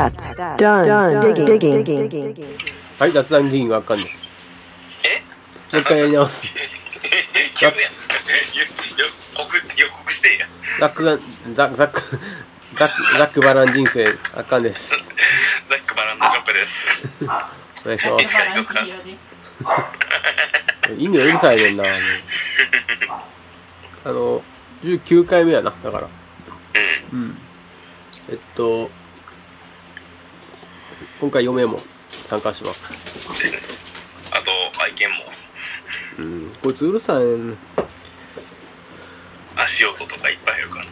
Done. Digging. Digging. はい、雑談議員はあかんです。えもう一回やり直す。言うやん。よよ告予告してや。ザックが、ザザック、ザック、ザックバラン人生、あかんです。ザックバランドショップです。お願いします。バランキリオです。意味がうるさいねんな。もうあの、19回目やな、だから。うん。えっと、今回嫁も参加します。あと愛犬もうん。こいつうるさいねん。足音とかいっぱい入るから。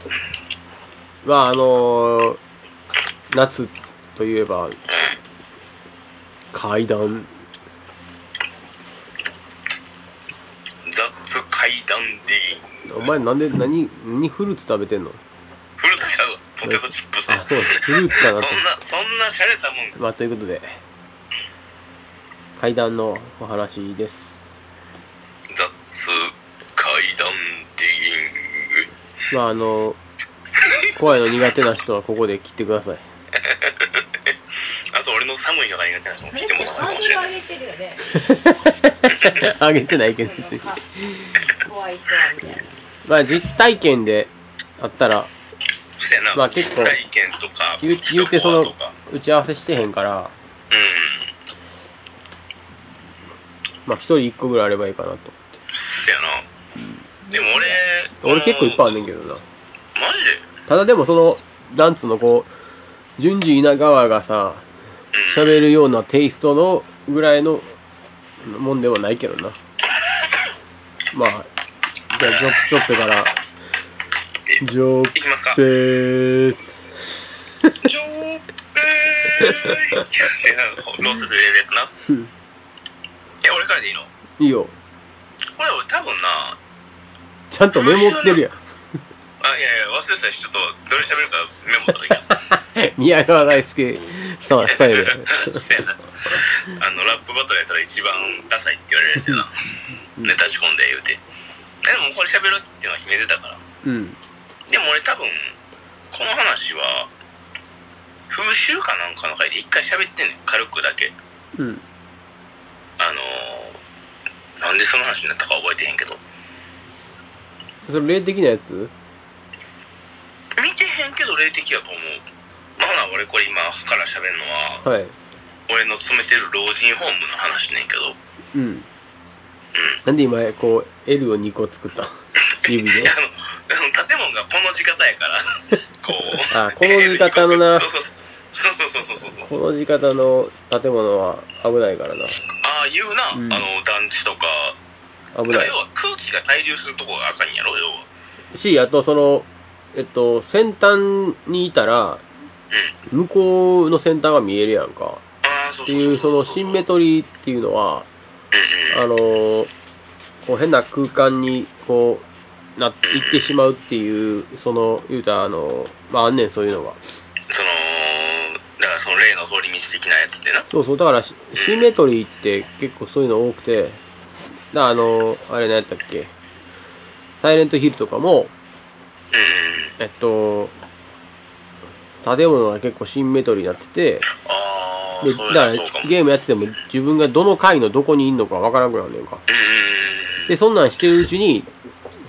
まああの夏といえば階段雑階段 D。お前なんで何何フルーツ食べてんのフルーツちゃうわポテトチップス。あそうフルーツかなそとんなそんな洒落たもん。まあということで階段のお話です雑階段 D。まああの怖いの苦手な人はここで切ってください あと俺の寒いのが苦手な人もそ聞れいっててもらうハかもードルしれない。上げてるよね。あげてないけど別に怖い人はみたいな。まあ実体験であったらそうやな。まあ結構体験とか。言う言うてそ旅の行とか打ち合わせしてへんからうん。まあ一人一個ぐらいあればいいかなと思ってそうやな。でも俺俺結構いっぱいあんねんけどなマジでただでもそのなんつうのこう順次稲川がさ喋るようなテイストのぐらいのもんではないけど なまあじゃあジョジョッペからジョッいきますかページョーペーイロースルレですな。え、俺からでいいのいいよこれ多分な、ちゃんとメモってるやんあ、いやいや、忘れてたし、ちょっとどれ喋るかメモするやん。 宮川大輔さんスタイルや そうやな。あの、ラップバトルやったら一番ダサいって言われるやつやな。ネタ仕込んで言うて。えでもこれ喋るっていうのは決めてたから。うんでも俺多分、この話は、風習かなんかの回で一回喋ってんねん、軽くだけ。うんあのー、なんでその話になったか覚えてへんけど。それ霊的なやつ見てへんけど霊的やと思う。まあ、ほな俺これ今から喋るのは、はい俺の勤めてる老人ホームの話ねんけど。うんなんで今こう L を2個作った 指いでや、あの、あの建物がこの字型やから、こう。あこの字型のなそうそうそうそうそうそうそうそこう。の字型の建物は危ないからなああいうな、うんあの団地とか、危だかならい要は空気が滞留するとこがあかんやろ、要は。しあとそのえっと先端にいたら向こうの先端が見えるやんかああ、そうそうそう。っていうそのシンメトリーっていうのはあのこう変な空間にこうなっていってしまうっていうその言うたらあのまああんねんそういうのがその、だからその例の通り道的なやつってな。そうそうだからシシンメトリーって結構そういうの多くてだからあのあれ何やったっけサイレントヒルとかもうんうんうん。えっと、建物が結構シンメトリーになってて、ああ、でそうだやかそうからも。ゲームやってても自分がどの階のどこにいんのかわからんくなるねんか。うんうんうん。で、そんなんしてるうちに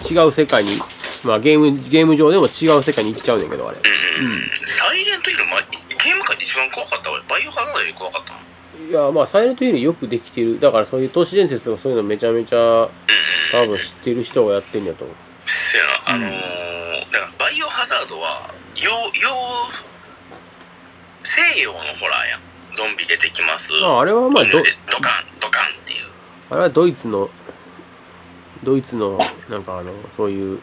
違う世界に、まあゲーム、ゲーム上でも違う世界に行っちゃうねんけど、あれ。サイレントヒル、ま、ゲーム界で一番怖かった俺、バイオハザードより怖かったの。いや、まあサイレントヒールよくできてる。だからそういう都市伝説とかそういうのめちゃめちゃ多分知ってる人がやってんやと思う。せやな、あのー、だからバイオハザードは、よう、よう、西洋のホラーやん。ゾンビ出てきます。まああれはまあみんなどで、ドカン、ドカンっていう。あれはドイツの、ドイツのなんかあの、そういう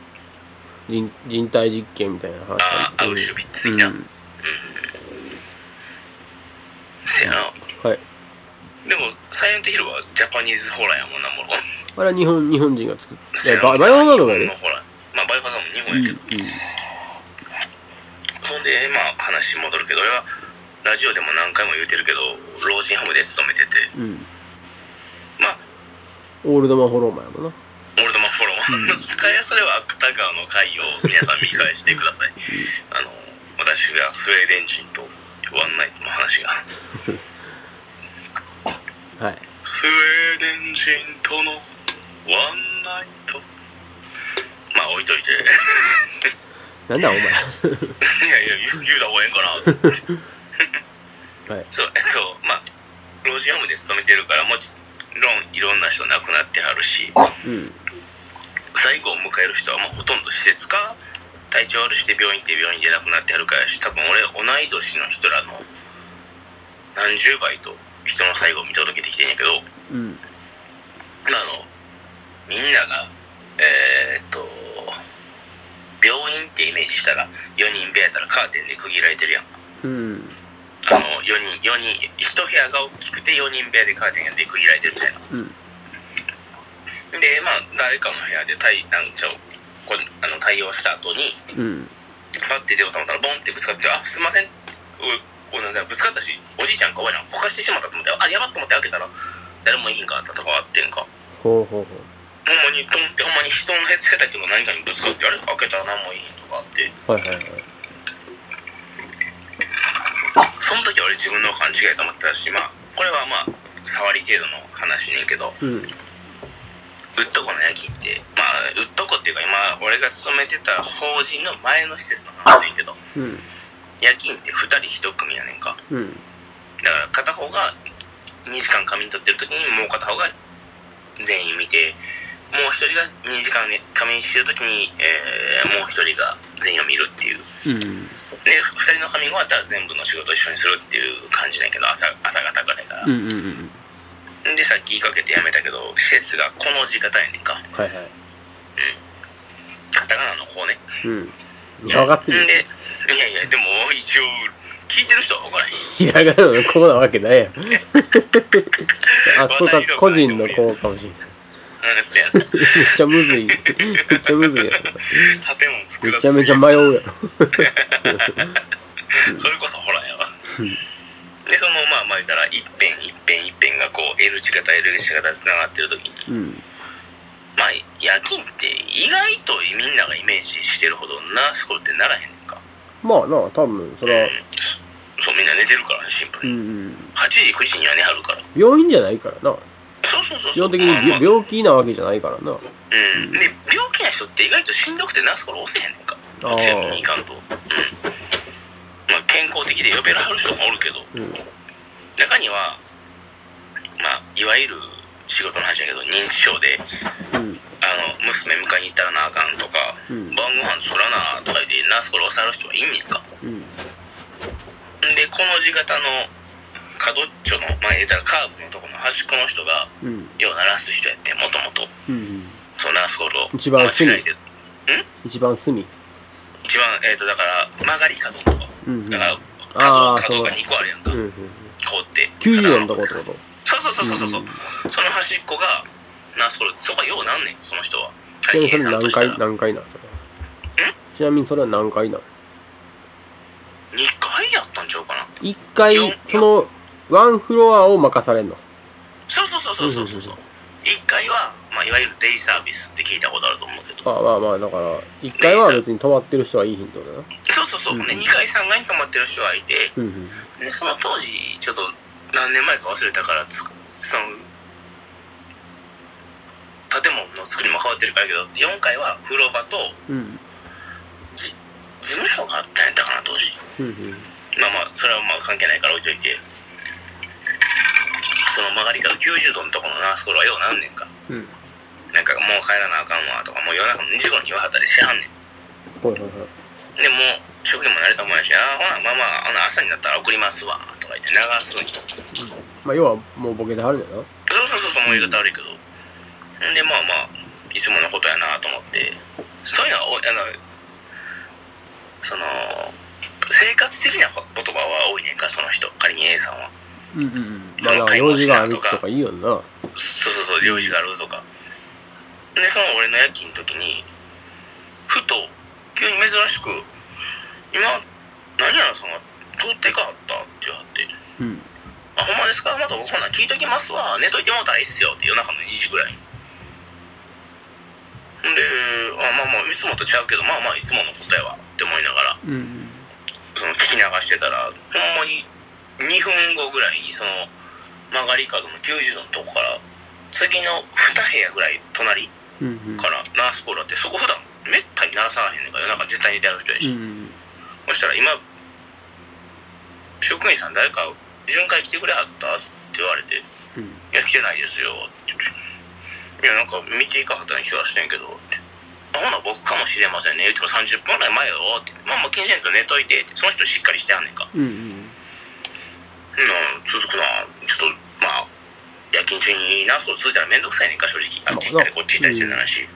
人人体実験みたいな話だねああ、アウシュビッツ的な。うんせやな。はい。でも、サイレントヒルはジャパニーズホラーやもんな、もろ。あれは日本日本人が作っせて、やえなババイオハザードが 日本ねの。ホラーまあ、バイオハザードも日本やけど。ほんで、まあ、話戻るけど、俺は、ラジオでも何回も言うてるけど、老人ホームで勤めてて、うん。うん。まあ、オールドマンホローマンやもんな。俺のマフォロー。だから それは芥川の回を皆さん見返してください。あの、私がスウェーデン人とワンナイトの話が。はいスウェーデン人とのワンナイト。まあ置いといて。 なんだお前いやいや、言う言うた方がええんかな。はい そう、えっと、まあ、老人ホームで勤めてるから、もちろんいろんな人亡くなってはるし、うん最後を迎える人は、まあ、ほとんど施設か、体調悪くして病院行って病院で亡くなってはるからやし、多分俺、同い年の人らの何十倍と人の最後を見届けてきてんやけど、うんまああの、みんなが、えーっと、病院ってイメージしたら、4人部屋やったらカーテンで区切られてるやん。うんあの、4人、4人、1部屋が大きくて4人部屋でカーテンがで区切られてるみたいな。うんで、まあ、誰かの部屋で対、なんちゃう、こあの対応した後に、うんパッて出ようと思ったら、ボンってぶつかって、あ、すいません。おおなんだぶつかったし、おじいちゃんかおばあちゃん、ほかしてしまったと思って、あ、やばっと思って開けたら、誰もいいんかったとかあってんか。ほうほうほほんまに、ドンって、ほんまに人のへつけたけど何かにぶつかって、あれ開けたら何もいいんとかあって、うはいはいはいその時は俺自分の勘違いと思ってたし、まあ、これはまあ、触り程度の話ねんけど、うんウッドコの焼きって、まあ、ウッドコっていうか今、俺が勤めてた法人の前の施設の話ねんけど、うん夜勤って2人1組やねんか。うんだから片方が2時間仮眠取ってる時にもう片方が全員見て、もう1人が2時間、ね、仮眠してる時に、えーもう1人が全員を見るっていう。うんで、2人の仮眠終わったら全部の仕事一緒にするっていう感じなんやけど、朝朝方ぐらいから。うんうんうんで、さっき言いかけてやめたけど、施設がこの時間やねんか。はいはいカタカナの方ね。うんいや分かってるよで、いやいや、でも一応、聞いてる人は分からへん。ひらがなの子なわけないやんあそうか個人の子かもしれないうん、そうや。めっちゃむずい。めっちゃむずいやつ。建物複め雑ちゃめちゃ迷うやん。それこそほらやわ。で、その、まあ、まあ言ったら、一辺一辺一辺がこう、L 字型、L 字型で繋がってる時に、うん。まあ、夜勤って意外とみんながイメージしてるほど、ナースコールってならへんねんか。まあなあ、多分、そらうん、そう、みんな寝てるからね、シンプうルんうに。ん。 8時、9時には寝はるから。病院じゃないからな。そうそうそうそ基う。本的にまあまあ病病気なわけじゃないからな。うん、で病気な人って意外としんどくてナースから押せへんねんかあーちなみにいかんと、うんまあ、健康的で呼べらはる人もおるけど、ん中には、まあ、いわゆる仕事の話だけど認知症でうん。あの娘迎えに行ったらなあかんとか、うん晩ご飯そらなあとか言ってナースから押さはる人はいんねんかうん。でこの字型の角っちょの前言ったらカーブのとこの端っこの人がうん。よう鳴らす人やってもともとうん。そのナースコールを一番隅間違えて一番隅。一番、えっ、と、だから、曲がり角とか。うんうんだから、あ角ー角がそう2個あるやんか。うんうん。こうって。 90度のとこってそうことそうそうそうそう。うんその端っこが、な、それ、そこはようなんねん、その人は。ちなみにそれ何したら回、何回なのそれはちなみにそれは何回なの二回やったんちゃうかな。一回四、その、ワンフロアを任されんの。そうそうそうそうそうそう。うんうんうん1回は、まあ、いわゆるデイサービスって聞いたことあると思うけど。まあまあまあ、だから、一回は別に泊まってる人はいいヒントだな。そうそうそう。うんうんで、2回、3回に泊まってる人がいて、うんうん。で、その当時、ちょっと何年前か忘れたから、つその、建物の作りも変わってるからやけど、4階は風呂場とうん。じ事務所があったんやったかな、当時。うんうん。まあまあ、それはまあ関係ないから置いといて、その曲がりから90度のところのナースコールはよう何年か。うん。なんかもう帰らなあかんわとか、もう夜中の2時頃に言わはったりしてはんねん。ほいほいほい。で、もう職員も慣れたもんやし、ああ、ほな、まあまあ、あの朝になったら送りますわ、とか言って流すんよ。まあ、要はもうボケてはるんだよそうそうそうそう、もう言い方悪いけど。んで、まあまあ、いつものことやなと思って、そういうのは多い、あの、その、生活的な言葉は多いねんか、その人、仮に A さんは。な。うんうんうん。まあ、だから用事があるとかいいよな。そうそうそう、領事があるとか。で、その俺の夜勤の時に、ふと、急に珍しく、今、何々さんが通ってかあったって言われて、うん。あ、ほんまですかまた僕ほな聞いときますわ。寝といてもうたらいいっすよ。って夜中の2時ぐらいに。んで、あ、まあまあ、いつもとちゃうけど、まあまあ、いつもの答えは。って思いながら。うん。その聞き流してたらほんまに2分後ぐらいにその曲がり角の90度のとこから次の2部屋ぐらい隣うんうんからナースコールあってそこ普段めったに鳴らさへんねんから夜中絶対に出会う人やうし、んそしたら今職員さん誰か巡回来てくれはったって言われて「うんいや来てないですよ」って言って「いやなんか見ていかはったような気がしてんけど」って「あほな僕かもしれませんね」言っても30分ぐらい前よって「まあまあ金銭と寝といて」ってその人しっかりしてはんねんかうんうん「うん続くなちょっとまあ夜勤中にナースコール続いたら面倒くさいねんか正直あっち行ったりこっち行ったりしてる話」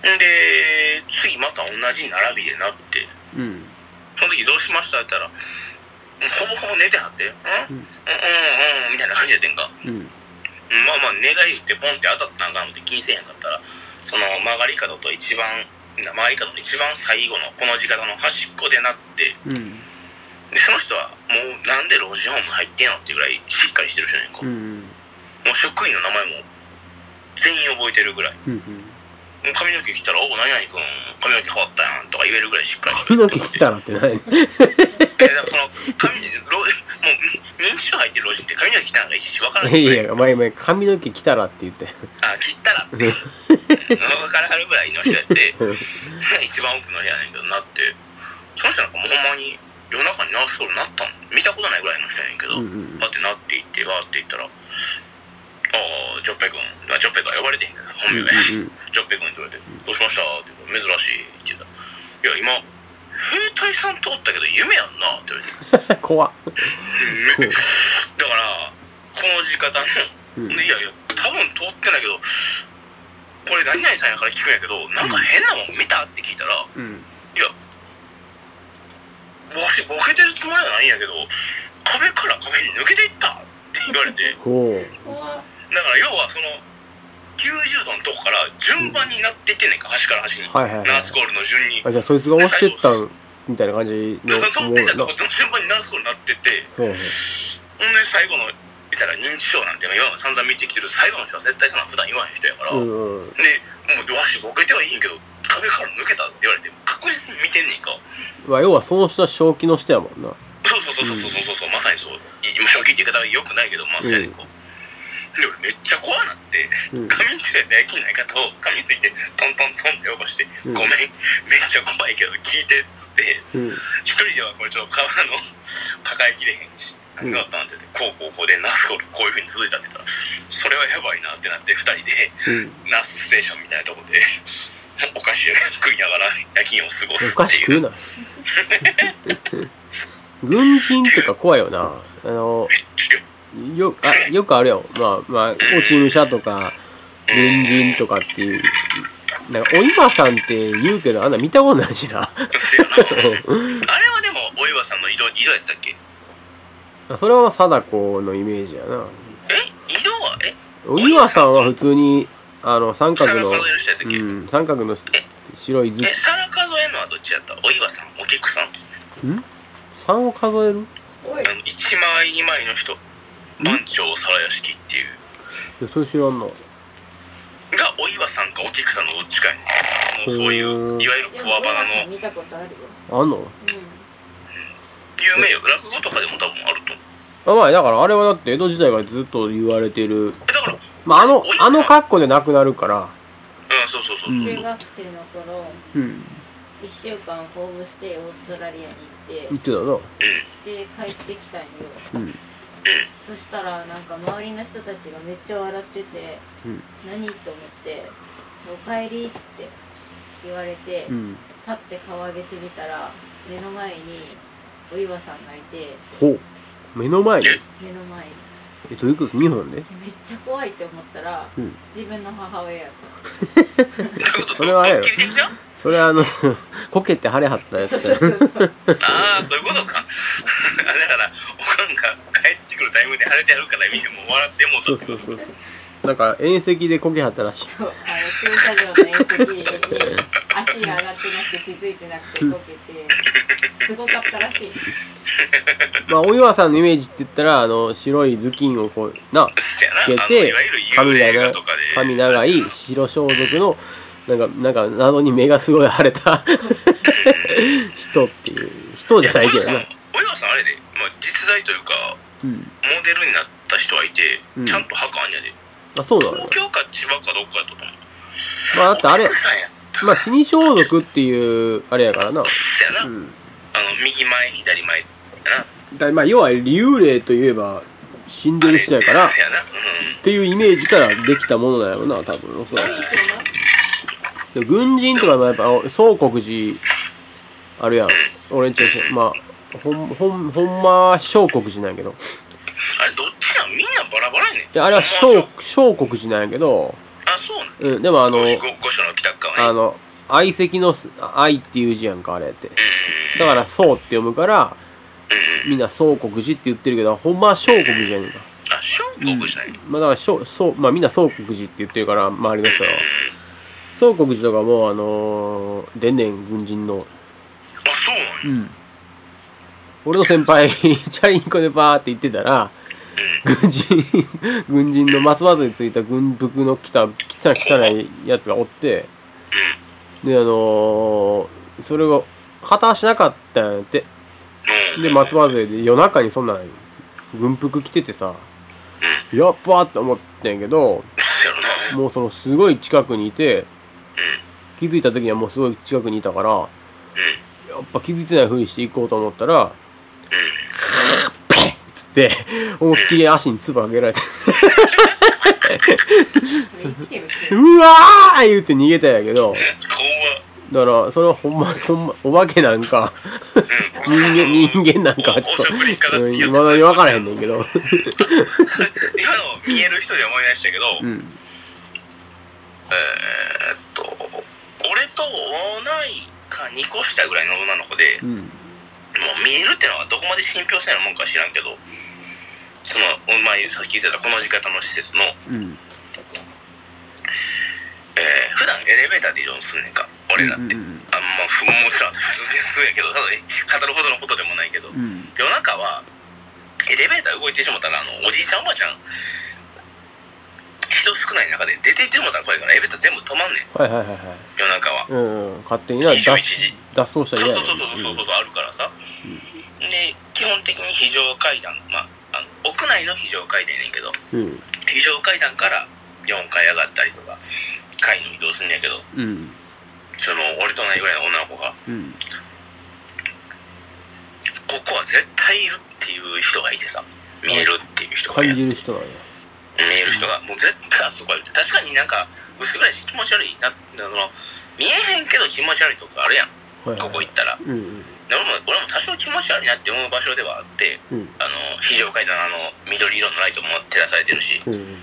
で次また同じ並びでなってうんその時どうしましたって言ったら、ほぼほぼ寝てはって、うん、うん、うん、うん、みたいな感じやってんか。うんまあまあ、寝返りってポンって当たったんかなって気にせえへんかったら、その曲がり角と一番、曲がり角の一番最後のこの字型の端っこでなって、うんで、その人はもうなんで老人ホーム入ってんのっていうぐらいしっかりしてる人やねんうか。もうん職員の名前も全員覚えてるぐらい。うんうんもう髪の毛切ったら、おお、何々君、髪の毛変わったやんとか言えるぐらいしっかりして髪のる毛切ったらってないえだからその髪老もう認知症入ってる老人って髪の毛切ったのがいちいち分からないいぐ らやいや前前髪の毛切ったらって言ってあ切ったらって分からはるぐらいの人やって一番奥の部屋やねんけどなってその人なんかもうほんまに夜中にナースコールなったの見たことないぐらいの人やねんけど、うんうんバってなっていってわーっていったら「ああジョッペ君まあジョッペとは呼ばれてへんけど本名が、うんうんうんジョッペ君」って言われて「どうしました?」って言うから「珍しい」って言ったら「いや今兵隊さん通ったけど夢やんな」って言われて。怖っだからこの字型の、うんいやいや多分通ってないけどこれ何々さんやから聞くんやけどなんか変なもん見たって聞いたら「いうんやわしボケてるつもりはないんやけど壁から壁に抜けていった」って言われてほう怖っだから要はその90度のとこから順番になっていってんねんか端から端に、はいはいはいナースコールの順に。あじゃあそいつが押してったんみたいな感じでのその通っていったとなこ順番にナースコールになっててほうほうほんで最後の見たら認知症なんて今まで散々見てきてる最後の人は絶対そんなん普段言わへん人やから、うんでうんもうわしボケてはいいんやけど壁から抜けたって言われて確実に見てんねんかまあ要はその人は正気の人やもんなそうそうそうそうそうそう、まさにそう今正気って言い方はよくないけどまあそうやねんか、で俺めっちゃ怖なってうん髪ついてできないかと噛みついてトントントンって起こして「うんごめんめっちゃ怖いけど聞いて」っつってうん一人ではこれちょっと川の 抱えきれへんし何があったんって言ってこうこうこうでナースコールこういうふうに続いたって言ったらそれはやばいなってなって二人でうんナースステーションみたいなとこでお菓子を食いながら夜勤を過ごすお菓子って食いううな軍人ってか怖いよなあのよあよくあるよまあまあ落ち武者とか軍人とかっていうなんかお今さんって言うけどあんな見たことないしな あれはでもお岩さんの井戸井戸やったっけそれは貞子のイメージやなえ井戸はえお岩さんは普通にあの三角の皿数える人やったっけうん三角の白い図え皿数えるのはどっちやったお岩さんお菊さんあん3を数えるおいの一枚二枚の人番長皿屋敷っていういやそれ知らんながお岩さんかお菊さんのどっちかにそのそういへーういわゆるで小もバドラマナさんの見たことあるよあんのう有名よ落語とかでも多分あると思うあまあだからあれはだって江戸時代からずっと言われてるえだからうんまああのお岩さんあの格好でなくなるからそうそうそうそう、うんん中学生の頃うん1週間ホームステイオーストラリアに行言っってたなてで帰ってきたんようんそしたらなんか周りの人たちがめっちゃ笑っててうん何と思って「おかえり」っつって言われて、うんパッて顔上げてみたら目の前にお岩さんがいてほう目の前に目の前にえどういうこと日本ででめっちゃ怖いって思ったら、うん自分の母親やったそれはあれやろドッキリ的なそれあの こけて腫れはったやつそうだそうそうそうああそういうことか あだからおかんが帰ってくるタイミングで晴れてやるから見てもう笑ってもう たそうそうそうそうなんか遠赤でこけはったらしいそうあの駐車場の縁石に足上がってなくて気づいてなくてこけてすごかったらしいまあお岩さんのイメージって言ったらあの白い頭巾をこうなそやなつけあのていわゆる幽髪霊映画長いとかで髪長い白装束のなんか、なんか謎に目がすごい腫れた 人っていう、人じゃないけどさんな。お岩さんあれで、まあ、実在というかうん。モデルになった人はいて、うんちゃんと墓あんやであ、そうなのよ東。京か千葉かどっかやったと思うまあだってあれお、さんやったまあ死に消毒っていう、あれやからな。そやな、うん。あの右前左前やなだまあ要は幽霊といえば死んでる人やからっあれそやなうんていうイメージからできたものだよな多分おそら何言ってんのくで軍人とかもやっぱあ総国寺あるやん俺んちの人まあほんほんほんまは小国寺なんやけどあれどっちなんみんなバラバラやねんいやあれは小小国寺なんやけど、あそうなんうん、でもあの五五所の北側ねあの相席のす愛っていう字やんかあれってだから宋って読むからみんな宋国寺って言ってるけどほんまは小国寺やねんかあ小国じゃないまあだからしょそう、まあ、みんな総国寺って言ってるから周りの人は総国寺とかもうあのー、でんでん軍人のあそうなんやうん俺の先輩 チャリンコでバーって行ってたら軍人 軍人の松葉についた軍服の着た汚い汚いやつがおってであのー、それを片足なかったんやってうんで松葉杖で夜中にそんなん軍服着ててさやっばーって思ってんけどやろなもうそのすごい近くにいて気づいた時にはもうすごい近くにいたからやっぱ気づいてないふりしていこうと思ったらつって思いっきり足に唾かけられてそれ生きてる人うわー言うて逃げたんやけど顔はだからそれはほんまほんまお化けなん か人間人間なんかはちょっといまだに分からへんねんけど今の見える人で思い出したけど、うんえーっと俺と同いか2個下ぐらいの女の子で、うんもう見えるってのはどこまで信憑性のもんか知らんけどそのお前さっき言ってたこの字型の施設の、えうんー普段エレベーターで移動すんねんか俺らって、うんうんうんあんま不もちろん普通に普通やけどただ語るほどのことでもないけど、うん夜中はエレベーター動いてしもたらあのおじいちゃんおばあちゃん人少ない中で出て行ってもたら怖いからエレベーター全部止まんねんはいはいはいはい夜中は、うんうん勝手にな脱脱走したそうらそう嫌やねそうそうそうそうあるからさ、で基本的に非常階段まああの屋内の非常階段やねんけどうんうん非常階段から4階上がったりとか階の移動すんねんやけどうんその俺と同じぐらいの女の子がうんここは絶対いるっていう人がいてさ見えるっていう人がい感てじる人なんや見える人が、もう絶対あそこは言って、確かになんか、薄暗いし気持ち悪いな、あの、見えへんけど気持ち悪いとこあるやん、はいここはい行ったら。うんうんで俺も、俺も多少気持ち悪いなって思う場所ではあって、うんあの、非常階段、あの、緑色のライトも照らされてるし、うんうん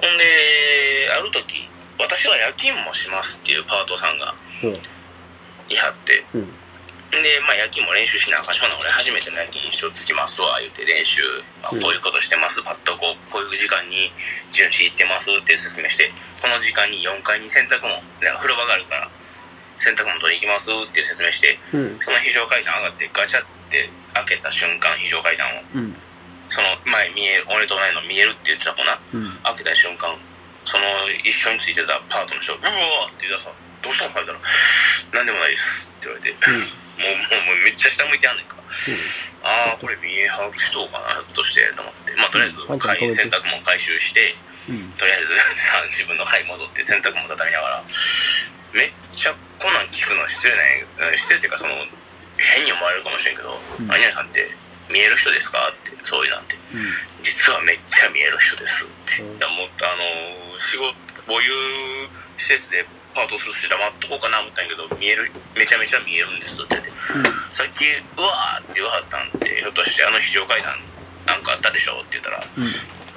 ほんで、ある時、私は夜勤もしますっていうパートさんがいはって、うんで、まあ、夜勤も練習しなあかんしょうがない俺初めての夜勤一生つきますわ、言うて練習、まうあ、んこういうことしてます、パッとこう、こういう時間に巡視行ってますって説明して、この時間に4階に洗濯物、なんか風呂場があるから、洗濯物取りに行きますっていう説明して、うんその非常階段上がってガチャって開けた瞬間、非常階段を、うんその前見える、俺と同いの見えるって言ってた子な、うん開けた瞬間、その一緒についてたパートの人が、うわーって言うたらさ、どうしたのか言ったら、なんでもないですって言われて、ん もう、もう、もうめっちゃ下向いてはんねんか。ああ、これ見えはる人かな、ひょっとして、と思って。まあ、とりあえず、うん買い洗濯物回収して、うんとりあえず、 さ自分の買い戻って洗濯物畳みながら、めっちゃこんなん聞くのは失礼ない、うん失礼っていうか、その、変に思われるかもしれんけど、うん何々さんって見える人ですかって、そういうなんて。実はめっちゃ見える人ですって、うんいやもっとあのー仕事こういう施設でパートするし黙っとこうかな思ったんやけど見えるめちゃめちゃ見えるんですって言って、さっき「うわ!」って言わはったんでひょっとしてあの非常階段なんかあったでしょって言ったら「いうん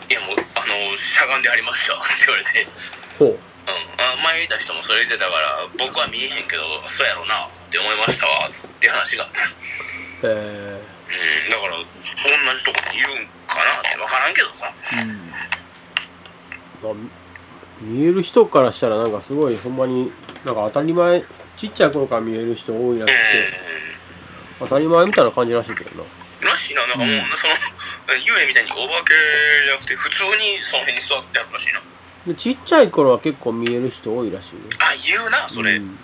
やもうあのーしゃがんでありました」 って言われてほう「うん、あ前いた人もそれ言ってたから僕は見えへんけどそうやろうな」って思いましたわって話があった。えうん、だから同じとこにいるんかなって分からんけどさーまあ見える人からしたらなんかすごいほんまになんか当たり前ちっちゃい頃から見える人多いらしくてうん当たり前みたいな感じらしいけどななしな、なんかもう、その、幽霊みたいにお化けじゃなくて、普通にその辺に座ってあるらしいな。でちっちゃい頃は結構見える人多いらしいねあ言うなそれ、うん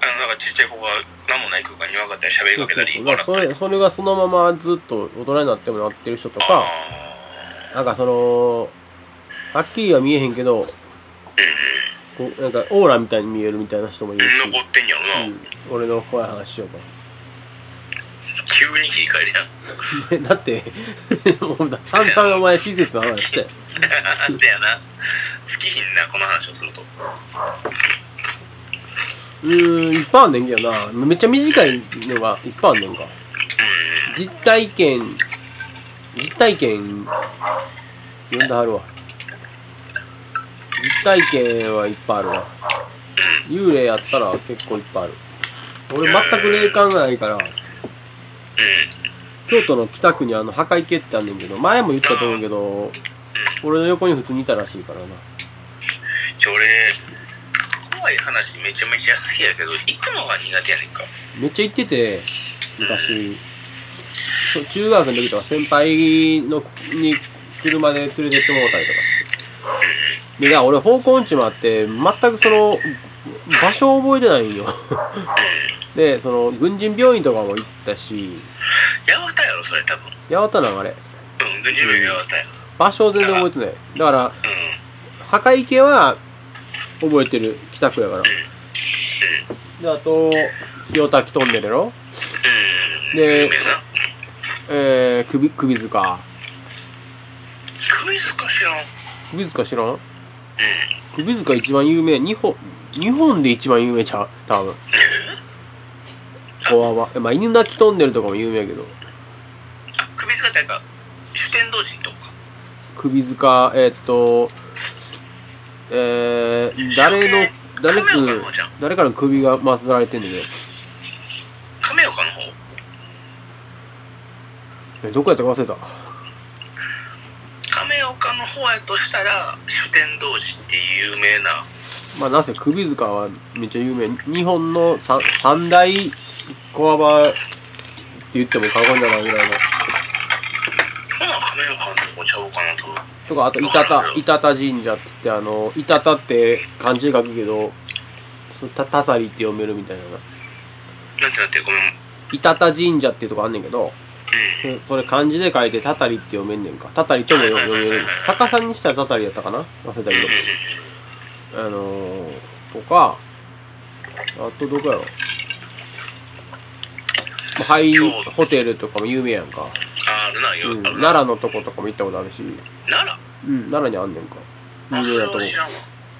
あのなんかちっちゃい子が何もない空間に分かったり喋りそうかけそうたりそう笑だからっそたりれそれがそのままずっと大人になってもなってる人とあかなんかそのはっきりは見えへんけどこうなんかオーラみたいに見えるみたいな人もいーるし、残ってんやろな、うん、俺の怖い話しようか急に切り替えるやんね だって、もう散々お前施設の話して。 せやな尽きひんなこの話をするとうーん、いっぱいあんねんけどな。めっちゃ短いのがいっぱいあんねんか。実体験、実体験、読んではるわ。実体験はいっぱいあるわ。幽霊やったら結構いっぱいある。俺全く霊感がないから、京都の北区にあの破壊家ってあんねんけど、前も言ったと思うけど、俺の横に普通にいたらしいからな。ちょ俺怖い話めちゃめちゃ好きやけど行くのが苦手やねんかめっちゃ行ってて昔そう中学の時とか先輩のに車で連れてってもらったりとかしてでな俺方向音痴もあって全くその場所を覚えてないんよ でその軍人病院とかも行ったしやわたやろそれ多分八幡なんあれうん軍事部やわたやろ場所全然覚えてないだからうんうん墓池は覚えてる北区やからであと清滝トンネルやろで有名なえー、首首塚首塚知らん首塚知らん首塚一番有名日本日本で一番有名ちゃう多分怖はまあ犬鳴トンネルとかも有名やけどあ首塚ってなんか主天童人とか首塚えーっとえー、誰の誰か亀岡の方じゃん誰かの首が祀られてんねんけど亀岡の方えどこやったか忘れた亀岡の方やとしたら主天童寺っていう有名なまあなぜ首塚はめっちゃ有名日本の三三大コアバって言っても過言じゃないぐらいのほな亀岡のとこちゃうかなと思うとかあと板田板田神社って言ってあの板田って漢字で書くけどそのたたたりって読めるみたいななんてなってごめんうん板田神社っていうとこあんねんけどそれそれ漢字で書いてたたりって読めんねんかたたりとも読読める逆さにしたらたたりやったかな忘れたけどあのー、とかあとどこやろまあハイホテルとかも有名やんか、あるなよ、う、うんあるな奈良のとことかも行ったことあるし、奈良うん、奈良にあんねんかあそ有名れなとこは知らんわ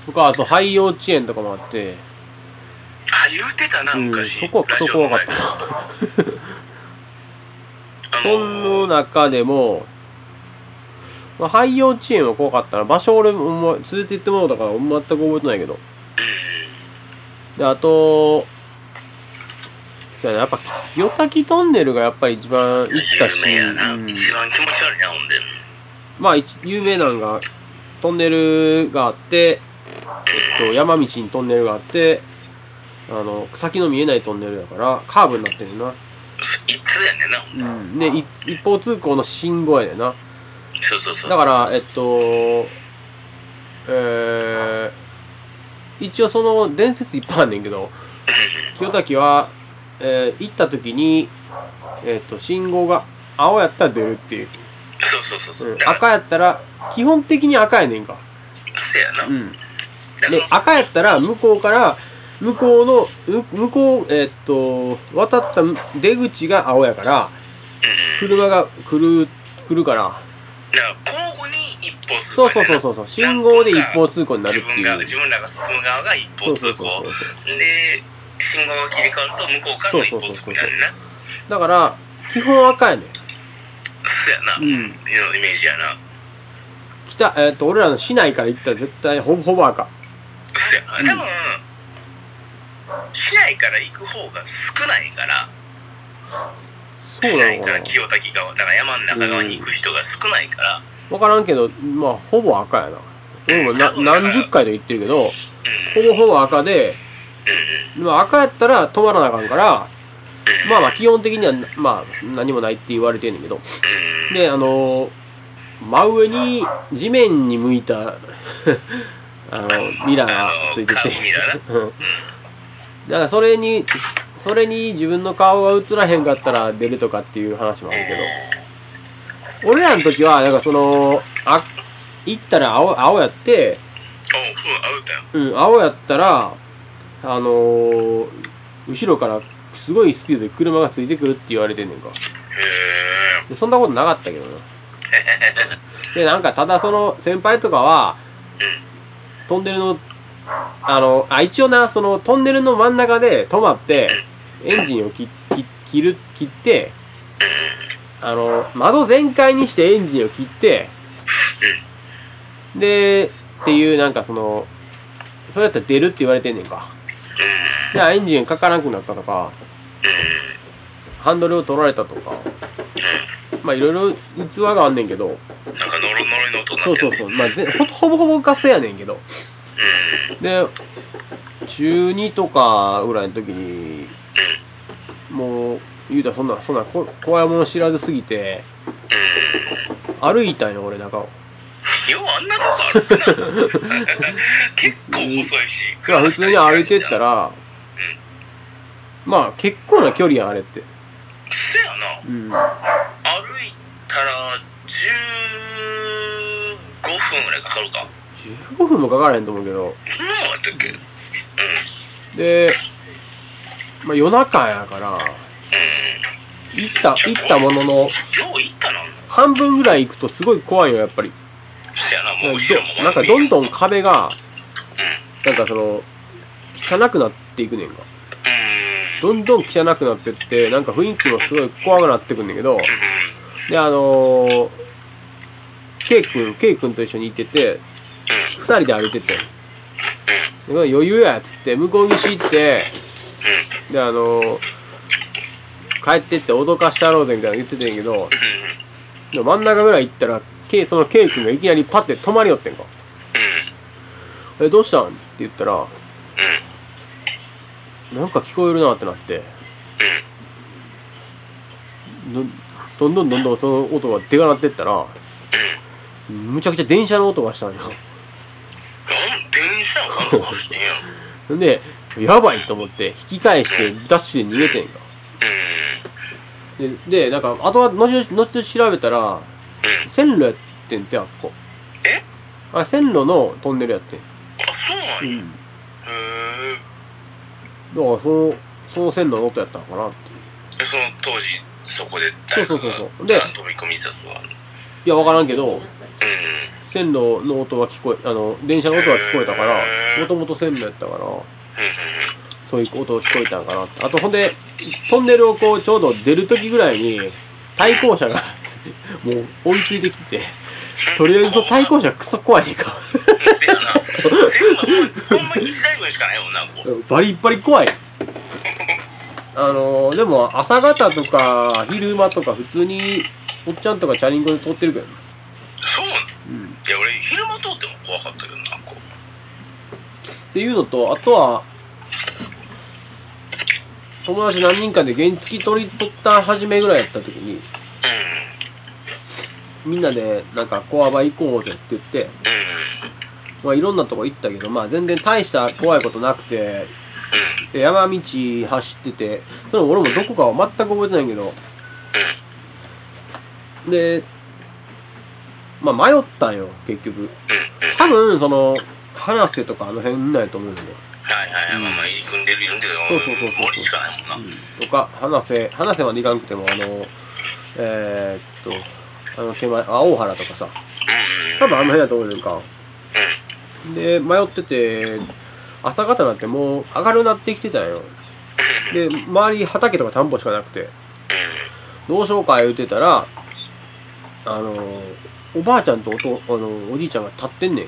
とかあと廃幼稚園とかもあって、あ言うてたなうん、昔、そこはクソ怖かったなラジオそのの前であのー中でも、まあ、廃幼稚園は怖かったな場所俺も連れて行ってもらったから全く覚えてないけどであとそうやなやっぱ清滝トンネルがやっぱり一番行ったし有名やな、うん一番気持ち悪いなほんでまあ一有名なのがトンネルがあって、えっと、山道にトンネルがあってあの先の見えないトンネルだからカーブになってるな一通やねんな、ほんでうん、で一一方通行の信号やねんなそうそうそうだからえっとえー、一応その伝説いっぱいあんねんけ ど清滝は、えー行った時に、えっと信号が青やったら出るっていう、そうそうそうそう、うんだから赤やったら基本的に赤やねんか、せやな、うん、だからで赤やったら向こうから向こうのう向こうえっと渡った出口が青やから車が来る来るからだから交互に一歩通そ行うそうそうそうそう信号で一方通行になる自って分いがう自分らが進む側が一方通行そうそうそうで信号が切り替わると向こうからも一方通行になるだなから基本赤やねんそうやな、んのイメージやな北えっと俺らの市内から行ったら絶対ほぼほぼ赤そうやな多分、市内から行く方が少ないからそう市なの内かからな清滝側だから山の中側に行く人が少ないから、分からんけどまあほぼ赤やな俺もなそうだから何十回と言ってるけどうんほぼほぼ赤で、まあ、赤やったら止まらなあかんからまあまあ基本的にはまあ何もないって言われてんねんけどであのー真上に地面に向いた あのミラーがついててあのミラ ーうんだからそれにそれに自分の顔が映らへんかったら出るとかっていう話もあるけど俺らの時はなんかそのあ行ったら青青やっておうふんアウトやんうん、青やったら、あのー後ろからすごいスピードで車がついてくるって言われてんねんか。へでそんなことなかったけどな。で、なんか、ただその先輩とかは、トンネルの、あの、あ、一応な、そのトンネルの真ん中で止まって、エンジンを切切切る、切って、あの、窓全開にしてエンジンを切って、で、っていう、なんかその、それやったら出るって言われてんねんか。じゃあエンジンかからなくなったとか、ハンドルを取られたとか、まあいろいろ逸話があんねんけど、えなんか呪呪いの音になそうってそるうそう、まあぜほほぼほぼガスやねんけど。で、中2とかぐらいの時に、もう、言うたらそんな、そんなこ怖いもの知らずすぎて、歩いたんよ、俺中を。ようあんなことあるな結構細いしいや普通に歩いてったら、まあ結構な距離やん、あれって。せやなうん。歩いたら15分ぐらいかかるか15分もかからへんと思うけど。そんなもんやったっけうんで、まあ夜中やから、行った、行ったものの、よう行ったな半分ぐらい行くとすごい怖いよ、やっぱり。せやなもう後ろもどなんかどんどうんん壁が、なんかその、汚くなっていくねんか。どんどん汚くなってって、なんか雰囲気もすごい怖くなってくんだけど、で、あのー、ケイ君、ケイ君と一緒に行ってて、二人で歩いてってん。で余裕やっつって、向こう岸行って、で、あのー、帰ってって脅かしてやろうぜみたいなの言っててんけど、でも真ん中ぐらい行ったら、ケイ、そのケイ君がいきなりパッて止まりよってんか。え、どうしたんって言ったら、なんか聞こえるなってなって、どどんどんどんどんその音がでかなってったら、むちゃくちゃ電車の音がしたんよ。電車を走ってんやんうんんで、やばいと思って、引き返して、ダッシュで逃げてんか。で、でなんか、あとは、後々後々調べたら、線路やってんて、あっこ。えあ、線路のトンネルやってん。あそうなんやへだから、えその、その線路の音やったのかなっていう。でその当時そこで誰かそうがそうそうそうで飛び込みしたとはうんいや、わからんけど、線路の音が聞こえ、あの、電車の音が聞こえたから、もともと線路やったから、そういう音が聞こえたんかなって。あと、ほんで、トンネルをこう、ちょうど出るときぐらいに、対向車が、 もう、追いついてきてて、とりあえずその対向車クソ怖いねんか。せやなせやなほんまに1台分しかないもんなこうバリバリ怖い。あのー、でも、朝方とか、昼間とか、普通に、おっちゃんとかチャリンコで通ってるけどな。そうなうんん。いや俺昼間通っても怖かったけどなこうっていうのと、あとは、友達何人かで原付取り取った初めぐらいやった時に、うみんなで、なんか、コアバ行こうぜって言って、んうんまあ、いろんなとこ行ったけど、まあ、全然大した怖いことなくて、で山道走ってて、それも俺もどこかは全く覚えてないけど、で、まあ、迷ったんよ、結局。多分、その、話せとかあの辺なんやと思うんだよ。はいはいはいまあまあ入り組んでる入り組んでるそうそうそうそう森しかないもんなとか、話せ、話せまでいかんくても、あの、えーっと、あの手前、あ大原とかさ、多分あの辺だと思うねんか。で、迷ってて、朝方なんてもう明るくなってきてたんよ。で、周り畑とか田んぼしかなくて、どうしようか言うてたら、あの、おばあちゃんとおとあのおじいちゃんが立ってんねん。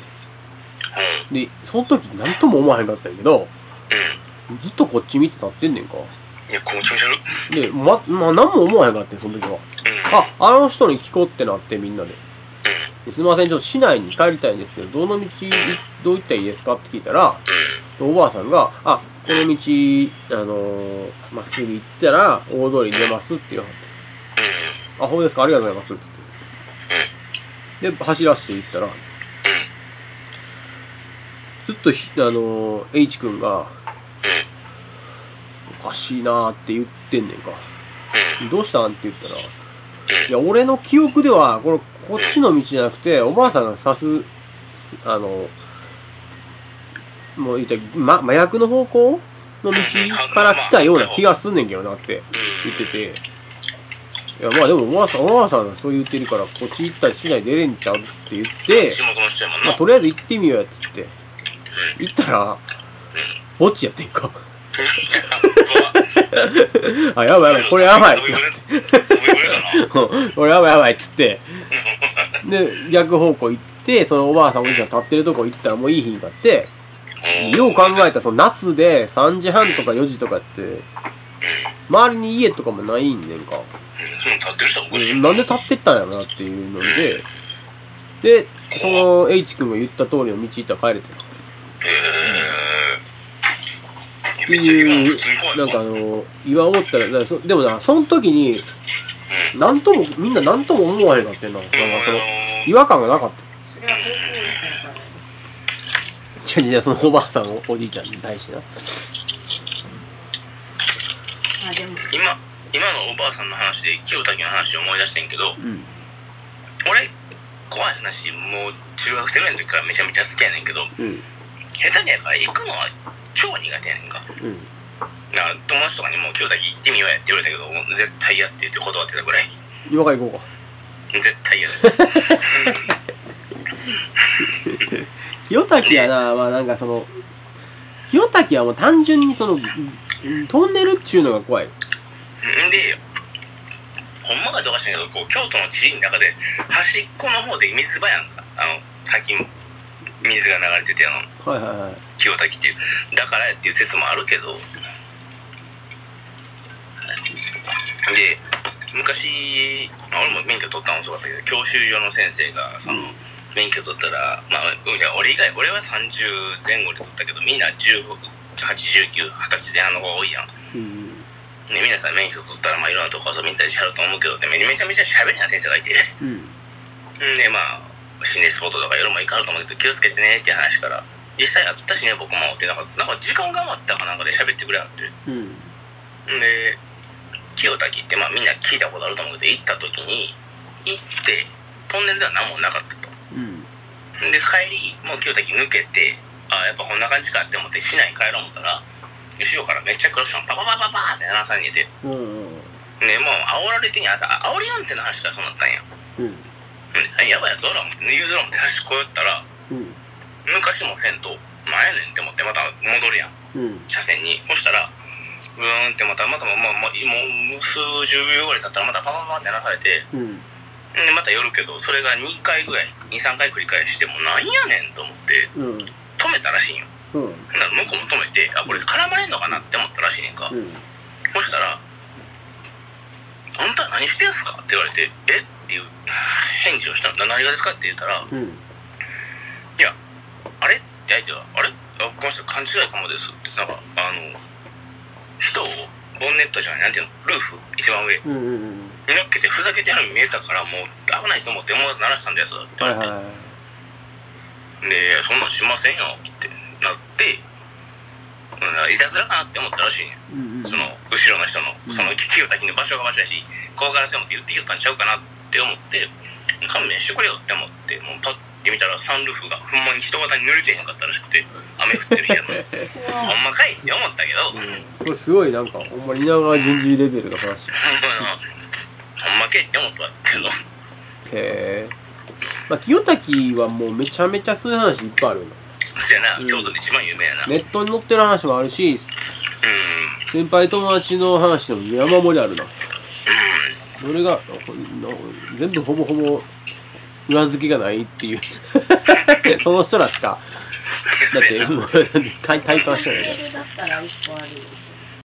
で、その時何とも思わへんかったんやけど、ずっとこっち見て立ってんねんか。いやこう調子悪いで、ま、まあ、何も思わへんかってんその時は。あ、あの人に聞こうってなって、みんなで。ですみません、ちょっと市内に帰りたいんですけど、どの道、どういったらいいですかって聞いたら、おばあさんが、あ、この道、あのーまっすぐ行ったら、大通りに出ますって言わはって。あ、ほんまですかありがとうございます。つって。で走らせていったらずっとひあの H 君が「おかしいな」って言ってんねんか「どうしたん?」って言ったら「いや俺の記憶ではこれこっちの道じゃなくておばあさんが刺すあのもう言ったら、ま、麻薬の方向の道から来たような気がすんねんけどな」って言ってて。いやまあでもおばあさん、おばあさんがそう言ってるから、こっち行ったら市内出れんちゃうって言って、地元の人やもんまあ、な。とりあえず行ってみようやっつって。行ったら、墓地やってんか。 あ、やばいやばい、これやばい。 飛びぶれだな。これやばいやばいっつって。で、逆方向行って、そのおばあさんおじいちゃん立ってるとこ行ったらもういい日になって、よう考えたらその夏で3時半とか4時とかって、周りに家とかもないんねんか。うん、立ってる人はおかしい。なんで立ってったんやろなっていうので、で、その H 君が言った通りの道行ったら帰れてる。ってめっちゃ今い普う通に怖い、なんかあの、岩おったら、だからそでもな、その時に、なんとも、みんななんとも思わへんかってんな。なんかその、違和感がなかっそれは高校生からねた。いやいや、そのおばあさん、おおじいちゃんに対してな。まあでも今、今のおばあさんの話で、清滝の話を思い出してんけうど、ん。俺、怖い話、もう中学生ぐらいの時からめちゃめちゃ好きやねんけど、うん。下手にやっぱ行くのは超苦手やねんか。うん。な友達とかにも清滝行ってみようやって言われたけど、もう絶対やってって断ってたぐらい、岩から行こうか。絶対嫌です。清滝やな、まあなんかその、清滝はもう単純にその、トンネルっちゅうのが怖い。んで、ほんまかどうかしらんけど、こう、京都の地理の中で、端っこの方で水場やんか。あの、滝も、水が流れてて、あの、はいはいはい。清滝っていう。だからやっていう説もあるけど、で、昔、まあ俺も免許取ったの遅かったけど、教習所の先生が、その、免許取ったら、まあ、うんいや俺以外、俺は30前後で取ったけど、みんな15、8、19、20歳前半の方が多いやん。うん。ね、皆さん免許取ったら、まあ、いろんなとこ遊びに行ったりしはると思うけど、でもめちゃめちゃ喋りな先生がいて、うん。んで、まあ、心霊スポットとか夜も行かはると思うけど、気をつけてねっていう話から、実際あったしね、僕もって、なんか、なんか時間が余ったかなんかで喋ってくれはって。うん。んで、清滝って、まあ、みんな聞いたことあると思うけど、行った時に、行って、トンネルでは何もなかったと。うん。で帰りもう清滝抜けてあやっぱこんな感じかって思って市内帰ろう思ったら後ろからめっちゃクロションパパパパパーって7さんに出てうん。うん。ねもう煽られてに朝あ煽り運転の話からそうなったんや、うん。うん、やばいやつ俺らも言うぞろって話こうやったらうん。昔もせんとなんやねんって思ってまた戻るやうん。ん車線にそしたらうーんってまたまたまあまあもう数十秒ぐらい経ったらまたパパパーって流れてうん。でまた寄るけどそれが2回ぐらい23回繰り返してもうなんやねんと思ってうん。止めたらしいんようん。うん。だから向こうも止めてあこれ絡まれんのかなって思ったらしいねんか、そしたら「あんた何してんすか?」って言われて「えっ?」ていう返事をしたのな何がですかって言ったら「うん。いやあれ?」って相手が「あれあごめんなさい勘違いかもです」ってなんかあの人をボンネットじゃないなんていうのルーフ一番上にうん。うん。乗っけてふざけてるのに見えたからもう危ないと思って思わず鳴らしたんですって言はいわれて、はでそんなんしませんよってなってうんいたずらかなって思ったらしいねい。うん。んうん。その後ろの人のうんその清滝の場所が場所やし怖がらせようって言ってきよったんちゃうかなって思って勘弁してくれよって思ってもうパッて見たらサンルーフがほんまに人型に濡れてへんかったらしくて雨降ってる日やのに怖ほいんまかいって思ったけど、 ほんこれすごいなんか、ほんまに稲川淳二レベルの話。まほんまけって思ったけどへえ。まあ、清滝はもうめちゃめちゃそういう話いっぱいあるよな。そやなうん京都で一番有名やな、ネットに載ってる話もあるし、うん先輩友達の話でも山盛りあるな。それが、ほんの全部ほぼほぼ裏付けがないっていう。 そ の人らしか。だって、もう、体体感してないから。メールだったら一個あるよ